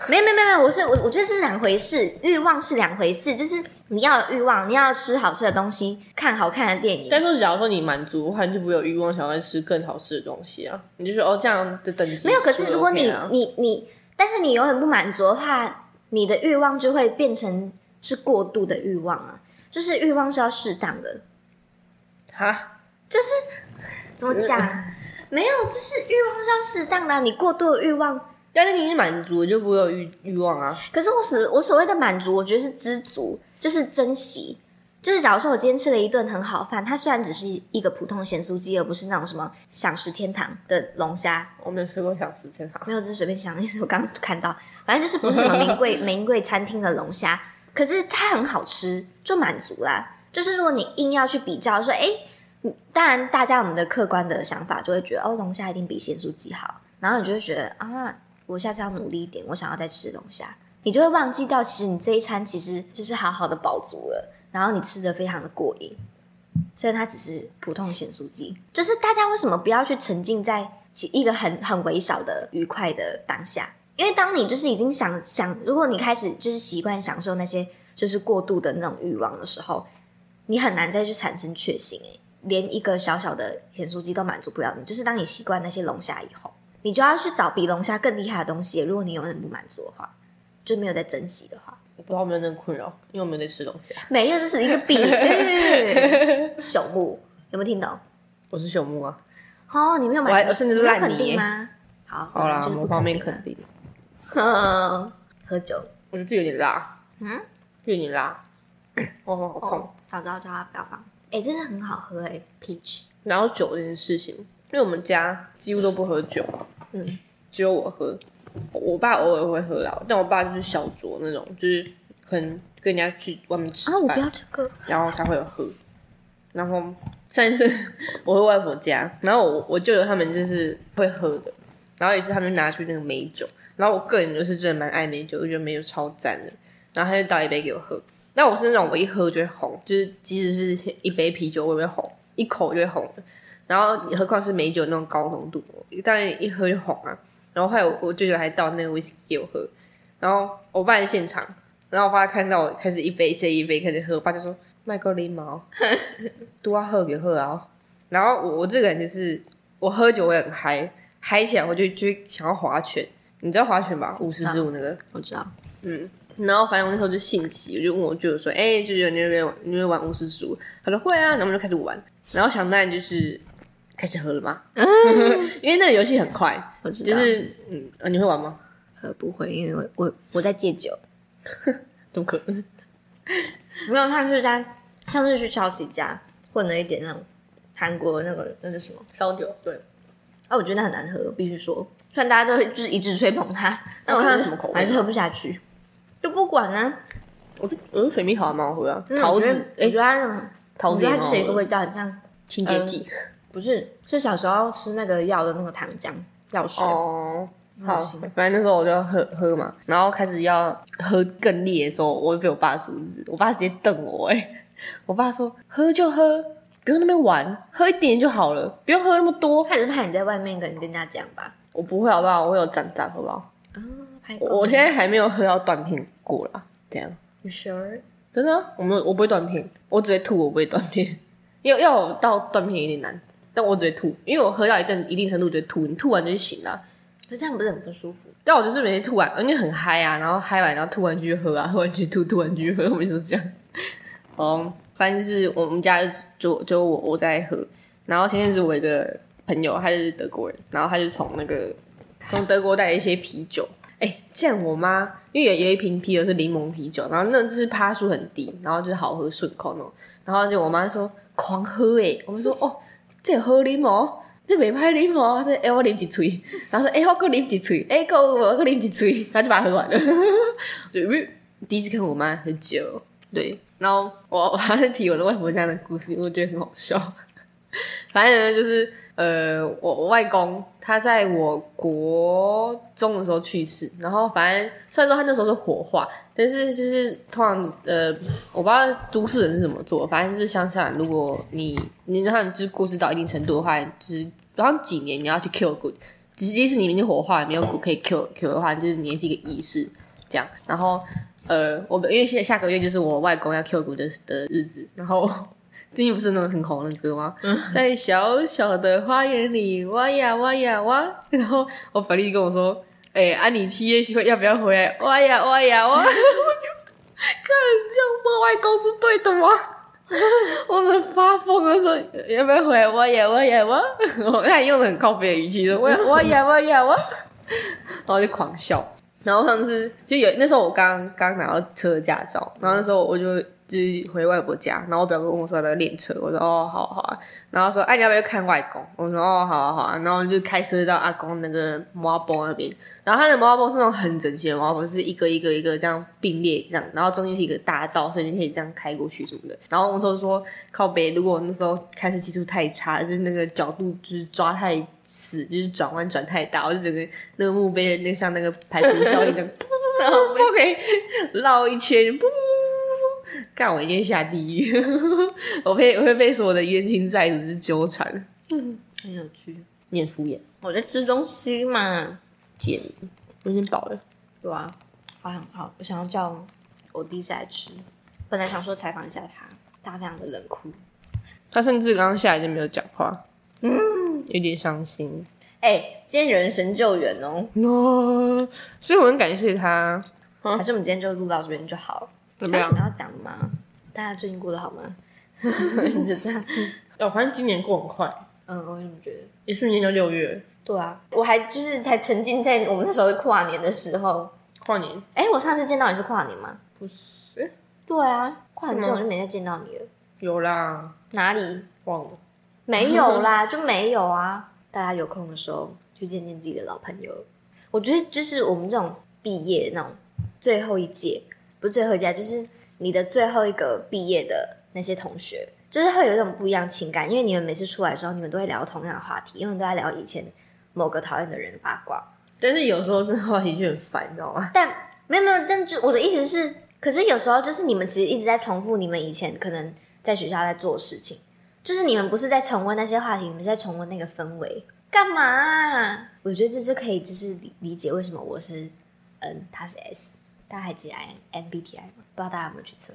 S2: 没有没有没有没有，我是我我觉得是两回事，欲望是两回事，就是你要有欲望，你要吃好吃的东西，看好看的电影。
S1: 但是假如说你满足的话，你就不会有欲望想要吃更好吃的东西啊。你就说哦，这样的等级
S2: 没有，可是如果你、
S1: OK 啊
S2: 你你，但是你永远不满足的话，你的欲望就会变成是过度的欲望啊，就是欲望是要适当的，
S1: 哈，
S2: 怎么 讲？没有，就是欲望是要适当的啊、你过度的欲望
S1: 但是你满足就不会有欲欲望啊。
S2: 可是我所我所谓的满足，我觉得是知足，就是珍惜。就是假如说我今天吃了一顿很好的饭，它虽然只是一个普通咸酥鸡，而不是那种什么享食天堂的龙虾，
S1: 我没有吃过小吃天堂，
S2: 没有，就是随便想，因为我刚刚看到，反正就是不是什么名贵名贵餐厅的龙虾，可是它很好吃，就满足啦。就是如果你硬要去比较说，哎，嗯当然大家我们的客观的想法就会觉得，哦，龙虾一定比咸酥鸡好，然后你就会觉得啊，我下次要努力一点，我想要再吃龙虾，你就会忘记掉，其实你这一餐其实就是好好的饱足了，然后你吃的非常的过瘾。虽然它只是普通咸酥鸡，就是大家为什么不要去沉浸在其一个很很微小的愉快的当下？因为当你就是已经想想，如果你开始就是习惯享受那些就是过度的那种欲望的时候，你很难再去产生确信、欸。连一个小小的咸酥鸡都满足不了你，就是当你习惯那些龙虾以后，你就要去找比龙虾更厉害的东西。如果你永远不满足的话，就没有在珍惜的话，
S1: 我不知道有没有那个困扰，因为我没有在吃东西啊。
S2: 没有，这是一个比喻。朽木有没有听懂？
S1: 我是朽木啊。
S2: 哦，你没有
S1: 我
S2: 买，
S1: 还我甚至
S2: 你
S1: 都
S2: 没有
S1: 烂
S2: 肯
S1: 泥
S2: 定
S1: 耶
S2: 吗？好，
S1: 好啦，
S2: 嗯就是不
S1: 某方面
S2: 肯
S1: 肯定，
S2: 定了。 喝酒，
S1: 我觉得这有点辣，
S2: 嗯，
S1: 有点辣，我好痛。
S2: 哦，早知道叫他不要放。哎，真的很好喝哎，peach。
S1: 然后酒这件事情，因为我们家几乎都不喝酒，嗯，只有我喝。我爸偶尔会喝啦，但我爸就是小酌那种，就是可能跟人家去外面吃
S2: 啊，我
S1: 饭，
S2: 不要这个，
S1: 然后才会有喝。然后上一次我回外婆家，然后我我舅舅他们就是会喝的，然后也是他们就拿出那个美酒，然后我个人就是真的蛮爱美酒，我觉得美酒超赞的，然后他就倒一杯给我喝。那我是那种我一喝就会红，就是即使是一杯啤酒我也会红，一口就会红的。然后何况是美酒那种高浓度，当然一喝就红啊。然后后来我我舅舅还倒那个威士忌给我喝，然后我爸在现场，然后我爸看到我开始一杯接一杯开始喝，我爸就说：“麦克狸毛，多喝给喝啊！”然后我我这个人就是我喝酒我也很嗨，嗨起来我就就想要划拳，你知道划拳吧？五十十五那个。
S2: 我知道。
S1: 然后反正我那时候就兴起，我就问我舅舅说：“哎、舅舅，你有没有你有没有玩巫师十五？”他说：“会啊。”然后我们就开始玩，然后想当然就是开始喝了嘛， 因为那个游戏很快，
S2: 我知
S1: 就
S2: 道，
S1: 是嗯、呃你会玩吗？
S2: 呃，不会，因为我我我在戒酒，
S1: 怎么可能？
S2: 没有上次在上次去乔西家混了一点那种韩国那个那是什么？
S1: 烧酒对，
S2: 啊，我觉得那很难喝，必须说，虽然大家都就是一致吹 捧它，但我
S1: 看它
S2: 还是
S1: 什么口味啊
S2: 还是喝不下去，就不管呢、
S1: 我就我觉得水蜜桃还蛮好喝啊，
S2: 嗯
S1: 桃
S2: 我
S1: 子
S2: 觉得我
S1: 哎、
S2: 觉得它那种，
S1: 桃
S2: 我
S1: 子
S2: 觉
S1: 也
S2: 得
S1: 蛮
S2: 它
S1: 好
S2: 就是有一个
S1: 喝的，
S2: 味道，很像
S1: 清
S2: 清洁
S1: 洁
S2: 剂
S1: 剂，
S2: 不是，是小时候吃那个药的那个糖浆药水。
S1: 哦。好
S2: 好，
S1: 反正那时候我就喝喝嘛，然后开始要喝更烈的时候，我就被我爸阻止，我爸直接瞪我、哎， 我爸说喝就喝，不用那边玩，喝一点就好了，不用喝那么多。
S2: 他只是怕你在外面跟跟人家讲吧。
S1: 我不会好不好？我有长长好不好？
S2: 啊，拍
S1: 我我现在还没有喝到断片过啦，这样
S2: 在 sure
S1: 真的啊、我没有，我不会断片，我只会吐，我不会断片。 要要我到断片有点难，但我只会吐，因为我喝到一定一定程度就会吐，你吐完就醒了。
S2: 可是这样不是很不舒服？
S1: 但我就是每天吐完，因为很嗨啊，然后嗨完然后吐完继续喝啊，喝完继续吐，吐完继续喝，我们就是这样。哦，反正就是我们家就是就就我我在喝，然后前阵子我有一个朋友，他就是德国人，然后他就从那个从德国带了一些啤酒。哎、这样我妈因为有有一瓶啤酒是柠檬啤酒，然后那就是趴数很低，然后就是好喝顺口那种，然后就我妈说狂喝哎、我们说哦，这有喝柠檬，这没拍柠檬，她说哎、欸、我啉一嘴，然后说哎、欸、我够啉一嘴，哎、欸、够我够啉一嘴， 然后就把它喝完了。对，因为第一次看我妈喝酒，对，然后我我还是提我的外婆家的故事，因为我觉得很好笑。 反正呢，就是呃，我我外公他在我国中的时候去世，然后反正虽然说他那时候是火化，但是就是通常呃，我不知道都市人是怎么做，反正就是乡下人，如果你你让他们就是过世到一定程度的话，就是好像几年你要去 kill good，即即使你已经火化了没有骨可以 kill kill 的话，就是你也是一个仪式这样。然后呃，我们因为现在下个月就是我外公要 kill 骨的的日子，然后最近不是那个很红的歌吗？在小小的花园里挖呀挖呀挖，然后我本丽跟我说：“哎、安、妮七月会要不要回来挖呀挖呀挖？” 看，这样说外公是对的吗？ 我能发疯了，说要不要回来挖呀挖呀挖？ 我他还用的很靠背的语气说 挖挖呀挖呀挖， 然后就狂笑。然后上次就有那时候我刚刚拿到车的驾照，然后那时候我就就是回外婆家，然后我表哥跟我说要不要练车，我说哦好啊好啊，然后说哎、你要不要去看外公？我说哦好啊好啊，然后就开车到阿公那个摩包那边，然后他的摩包是那种很整齐的摩包，是一个一个一个这样并列这样，然后中间是一个大道，所以你可以这样开过去什么的。然后我那时候说靠北，如果我那时候开车技术太差，就是那个角度就是抓太死，就是转弯转太大，我就整个那个墓碑的那像那个排骨效 应这样，不给绕一圈，不。干我一定下地狱，我被我会被所有的冤亲债主之纠缠，
S2: 很有趣。
S1: 念敷衍，
S2: 我在吃东西嘛，
S1: 贱人，我已经饱了。
S2: 对啊，好想好，我想要叫我弟下来吃。本来想说采访一下他，他非常的冷酷。
S1: 他甚至刚刚下来就没有讲话，嗯，有点伤心。
S2: 哎、今天人神救援哦，
S1: 哦，所以我很感谢他。
S2: 还是我们今天就录到这边就好。
S1: 啊怎么
S2: 还有
S1: 样
S2: 什么要讲的吗？大家最近过得好吗？ 就这样。
S1: 哦，反正今年过很快，
S2: 嗯，我也这么觉得。
S1: 一瞬间就六月了，
S2: 对啊，我还就是才沉浸在我们那时候的跨年的时候。
S1: 跨年
S2: 哎、我上次见到你是跨年吗？
S1: 不是
S2: 对啊，跨年之后我
S1: 是
S2: 就没再见到你了。
S1: 有啦，
S2: 哪里？
S1: 忘了。
S2: 没有啦，就没有啊。大家有空的时候去见见自己的老朋友。我觉得就是我们这种毕业那种最后一届，不是最后一届，就是你的最后一个毕业的那些同学，就是会有一种不一样情感，因为你们每次出来的时候，你们都会聊同样的话题，因为都在聊以前某个讨厌的人的八卦。
S1: 但是有时候这个话题就很烦，你知 道吗？
S2: 但没有没有，但就我的意思是，可是有时候就是你们其实一直在重复你们以前可能在学校在做的事情，就是你们不是在重温那些话题，你们是在重温那个氛围，干嘛啊、我觉得这就可以就是理理解为什么我是嗯，他是 S，大家还记得 I MBTI 吗？不知道大家有没有去测？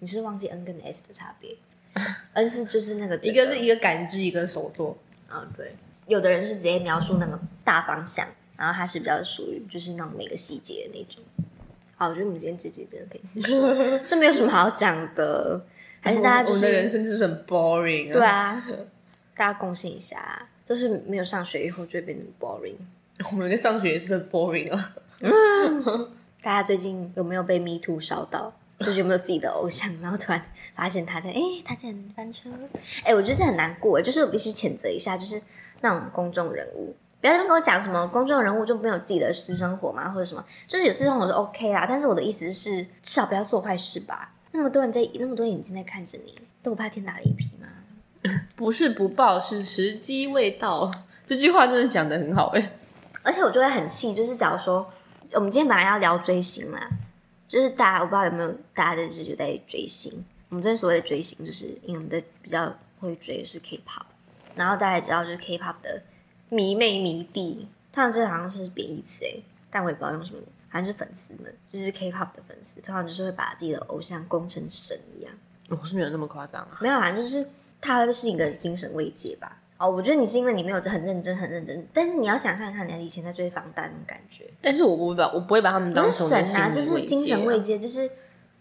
S2: 你是忘记 N 跟 S 的差别， 而是就是那个
S1: 一个是一个感激，一个手作，
S2: 啊，对，有的人是直接描述那个大方向，然后他是比较属于就是那种每个细节的那种。好，我觉得我们今天这集真的可以结束，这没有什么好讲的，还是大家
S1: 我们
S2: 就
S1: 的人
S2: 是
S1: 生就是很 boring 啊。
S2: 对啊， 大家贡献一下，啊就是没有上学以后就会变得 boring。
S1: 我们在上学也是很 boring 啊。
S2: 大家最近有没有被 Me Too 烧到？就是有没有自己的偶像，然后突然发现他在，哎、他竟然翻车，哎、我觉得这很难过，就是我必须谴责一下，就是那种公众人物，不要在那边跟我讲什么公众人物就没有自己的私生活嘛，或者什么，就是有私生活是 OK 啦，但是我的意思是，至少不要做坏事吧。那么多人在，那么多眼睛在看着你，都不怕天打雷劈吗？
S1: 不是不报，是时机未到。这句话真的讲的很好哎、
S2: 而且我就会很气，就是假如说我们今天本来要聊追星啦，就是大家我不知道有没有大家就是有在追星，我们这边所谓的追星，就是因为我们的比较会追的是 K-pop，然后大家也知道就是 K-pop 的迷妹迷弟，通常这好像是贬义词诶，但我也不知道用什么，反正是粉丝们，就是 K-pop 的粉丝，通常就是会把自己的偶像供成神一样。
S1: 我是没有那么夸张啊。
S2: 没有啊，就是它会是一个精神慰藉吧。哦，我觉得你是因为你没有很认真，很认真，但是你要想象一下，你以前在追防弹那种感觉，
S1: 但是我不会把我不会把他们
S2: 不
S1: 当
S2: 是
S1: 成我
S2: 神
S1: 的心
S2: 啊，
S1: 理
S2: 就是精神
S1: 慰
S2: 慰
S1: 藉啊
S2: 藉，就是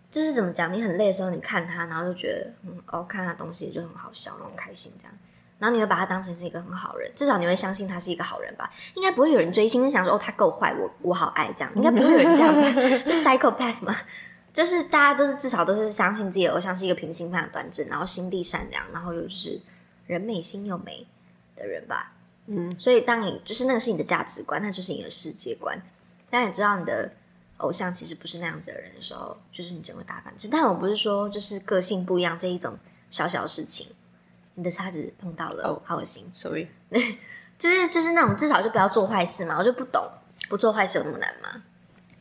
S2: 就是怎么讲，你很累的时候，你看他，然后就觉得嗯，哦，看他东西就很好笑，然后很开心这样。然后你会把他当成是一个很好人，至少你会相信他是一个好人吧？应该不会有人追星是想说哦，他够坏，我我好爱这样，应该不会有人这 样吧？就 psychopath 嘛，就是大家都是至少都是相信自己的偶像是一个平心非常端正，然后心地善良，然后又是人美心又美的人吧。
S1: 嗯，
S2: 所以当你就是那个是你的价值观，那就是你的世界观。当你知道你的偶像其实不是那样子的人的时候，就是你整个大反差。但我不是说就是个性不一样这一种小小事情，你的叉子碰到了
S1: 哦
S2: 好恶心。
S1: ，sorry，
S2: 就是就是那种至少就不要做坏事嘛，我就不懂，不做坏事有那么难吗？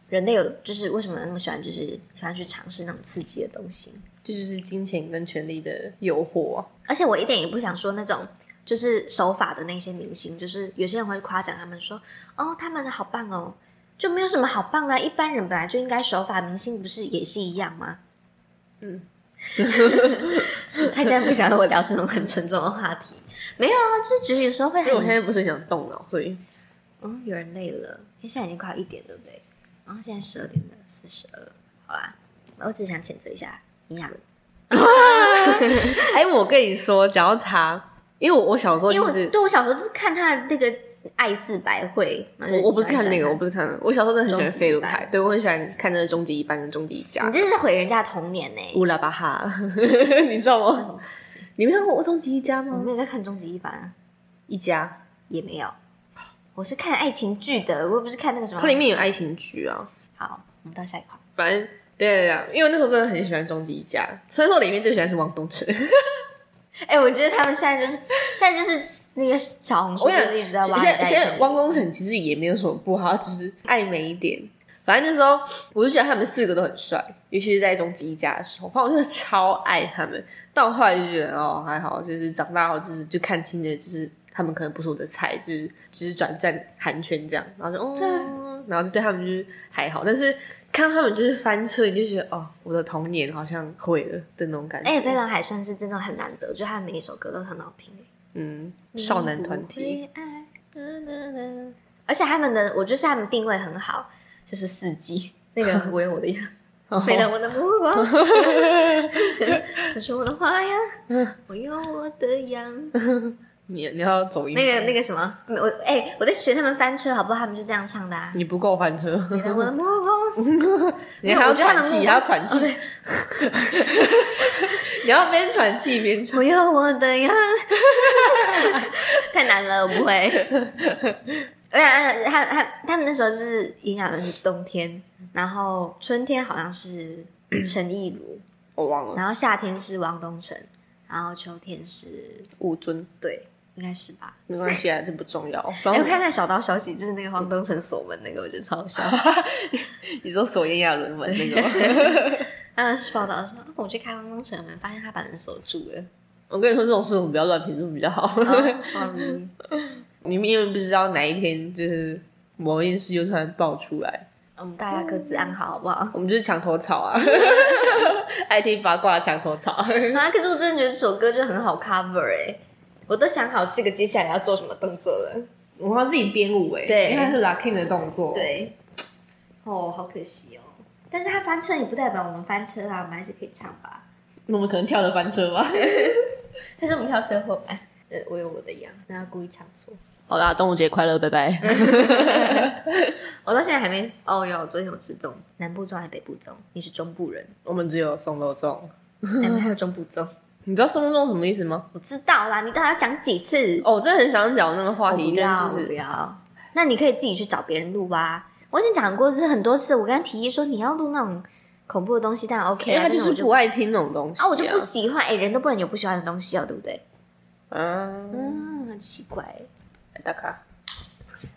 S2: 人类有就是为什么那么喜欢就是喜欢去尝试那种刺激的东西？
S1: 这就是金钱跟权力的诱惑啊。
S2: 而且我一点也不想说那种就是手法的那些明星，就是有些人会夸奖他们说，哦，他们的好棒哦，就没有什么好棒的啊、一般人本来就应该手法，明星不是也是一样吗？ 嗯，他现在不想让我聊这种很沉重的话题，没有啊，就是觉得有时候会
S1: 因为我现
S2: 很，
S1: 在不是很想动脑，所以
S2: 嗯，有人累了，因为现在已经快要一点，对不对？然后现在十二点的四十二，好啦，我只想谴责一下尹亚伦，
S1: 哎、我跟你说，讲到他，因为我我小时候
S2: 因为
S1: 就
S2: 我
S1: 是
S2: 对我小时候就是看他的那个《爱似白会》然后就喜欢上他，
S1: 我我不是看那个，我不是看那个，我小时候真的很喜欢
S2: 终极一
S1: 飞轮
S2: 班
S1: 海，对我很喜欢看那个终极一班跟终极一家
S2: 你。这是毁人家的童年呢、
S1: 乌拉巴哈， 你知道
S2: 那
S1: 吗？
S2: 什么东西？
S1: 你没看过《终极一家》
S2: 我
S1: 吗？
S2: 没有在看终极一班啊，
S1: 一家，
S2: 也没有，我是看爱情剧的，我又不是看那个什么。
S1: 它里面有爱情剧啊。
S2: 好，我们到下一块。
S1: 反正对对对，因为我那时候真的很喜欢终极一家，虽然说我里面最喜欢是王东城。
S2: 哎、我觉得他们现在就是现在就是那个小红书，就是一直在挖
S1: 现
S2: 人
S1: 在
S2: 家
S1: 现
S2: 以
S1: 在
S2: 前的。
S1: 汪工程其实也没有什么不好，只是爱美一点。反正那时候我就觉得他们四个都很帅，尤其是在终极一家的时候，反正我真的超爱他们。但我后来就觉得哦还好，就是长大后就是就看清了，就是他们可能不是我的菜，就是只是转战韩圈这样，然后就哦，然后就对他们就是还好，但是看到他们就是翻车，你就觉得哦我的童年好像毁了的那种感觉。
S2: 哎、非常海算是真的很难得，就他每一首歌都很好听、欸。
S1: 嗯，少男团体，
S2: 不会爱。而且他们的，我觉得是他们定位很好，就是四季那个我有我的样。没了我的目光，我说我的花样，我有我的样。
S1: 你你要走音，
S2: 那个那个什么，我哎、我在学他们翻车，好不好？他们就这样唱的、啊。
S1: 你不够翻 车。
S2: 没了我的目光，
S1: 你还要
S2: 我觉得他
S1: 喘气，
S2: 们目
S1: 还要喘气。 你要边喘气边唱。
S2: 不要我的样， 太难了，我不会。哎而且他他他们那时候是影响的是冬天，然后春天好像是陈亦儒，
S1: 我忘了，
S2: 然后夏天是汪东城，然后秋天是
S1: 五尊
S2: 对，应该是吧。
S1: 没关系啊，这不重要。
S2: 哎、
S1: 反
S2: 我
S1: 正
S2: 看那小道消息，就是那个汪东城锁门哎那个，我觉得超好笑。
S1: 你说索耶亚伦文那个吗，
S2: 当然是报道说，啊我去开汪东城门，发现他把门锁住了。
S1: 我跟你说这种事我们不要乱评论比较好。
S2: 哦 sorry，
S1: 你们因为不知道哪一天就是某一件事又突然爆出来，
S2: 我们大家各自安好，好不好？
S1: 我们就是墙头草啊， 爱听八卦的墙头草。
S2: 啊，可是我真的觉得这首歌就很好 cover 哎、我都想好这个接下来要做什么动作了。
S1: 我要自己编舞哎、
S2: 对
S1: 因为它是 locking 的动作。，
S2: 对，哦，好可惜哦。但是他翻车也不代表我们翻车啦，啊我们还是可以唱吧。
S1: 那我们可能跳着翻车吧。
S2: 但是我们跳车祸版，呃，我有我的样，然后故意唱错。
S1: 好啦，端午节快乐，拜拜。
S2: 我到现在还没哦哟，昨天有吃粽，南部粽还是北部粽？你是中部人，
S1: 我们只有送肉粽，
S2: 南哎部还
S1: 嗯
S2: 有中部粽，
S1: 你知道送肉粽什么意思吗？
S2: 我知道啦。你到底要讲几次？
S1: 哦，我真的很想讲那个话
S2: 我不
S1: 题，
S2: 要，
S1: 但
S2: 我
S1: 就
S2: 不
S1: 是
S2: 要。那你可以自己去找别人录啊。我已经讲过，就是很多次，我跟他提议说你要录那种恐怖的东西，但 OK
S1: 因为
S2: 啊，
S1: 哎他
S2: 但
S1: 就是
S2: 我
S1: 不爱听那种东西
S2: 啊，我就不喜欢。哎、人都不能有不喜欢的东西哦，对不对？
S1: 嗯，
S2: 嗯，很奇怪。
S1: 打卡。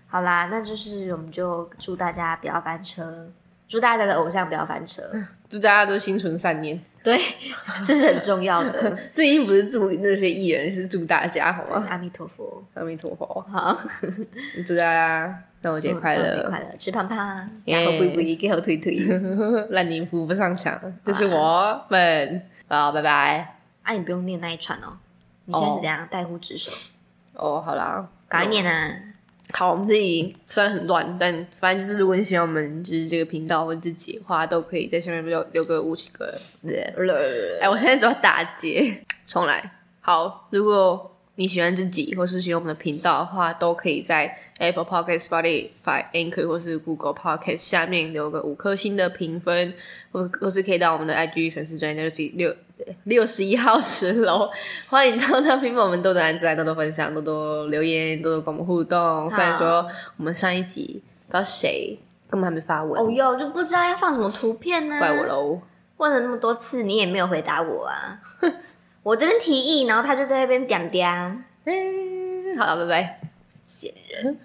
S2: 好啦，那就是我们就祝大家不要翻车，祝大家的偶像不要翻车。
S1: 祝大家都心存善念，
S2: 对， 这是很重 要的。
S1: 这已经不是祝那些艺人，是祝大家好吗？
S2: 阿弥陀佛，
S1: 阿弥陀佛，
S2: 好，
S1: 祝大家端午节快
S2: 嗯
S1: 乐，
S2: 快乐，吃胖胖，
S1: 耶
S2: 然后不不给我推推。
S1: 烂泥扶不上墙，这是我们，好，拜拜。
S2: 啊，你不用念那一串哦，你现在是怎样带呼职守？
S1: 哦，好啦，
S2: 赶快念啊！
S1: 好，我们这里虽然很乱，但反正就是，如果你喜欢我们就是这个频道或者自己的话，都可以在下面留留个五十个。哎、我现在只要打结，重来。好，如果你喜欢自己或是喜欢我们的频道的话，都可以在 Apple Podcast、Spotify、Anchor 或是 Google Podcast 下面留个五颗星的评分，或或是可以到我们的 IG 粉丝专页六十六六十一号十楼，欢迎到那边帮我们多多按赞、多多分享、多多留言、多多跟我们互动。虽然说我们上一集不知道谁根本还没发文，
S2: 哦哟，就不知道要放什么图片呢、
S1: 怪我喽。
S2: 问了那么多次，你也没有回答我啊！ 我这边提议，然后他就在那边嗲嗲，
S1: 嗯，好了，拜拜。
S2: 贱人。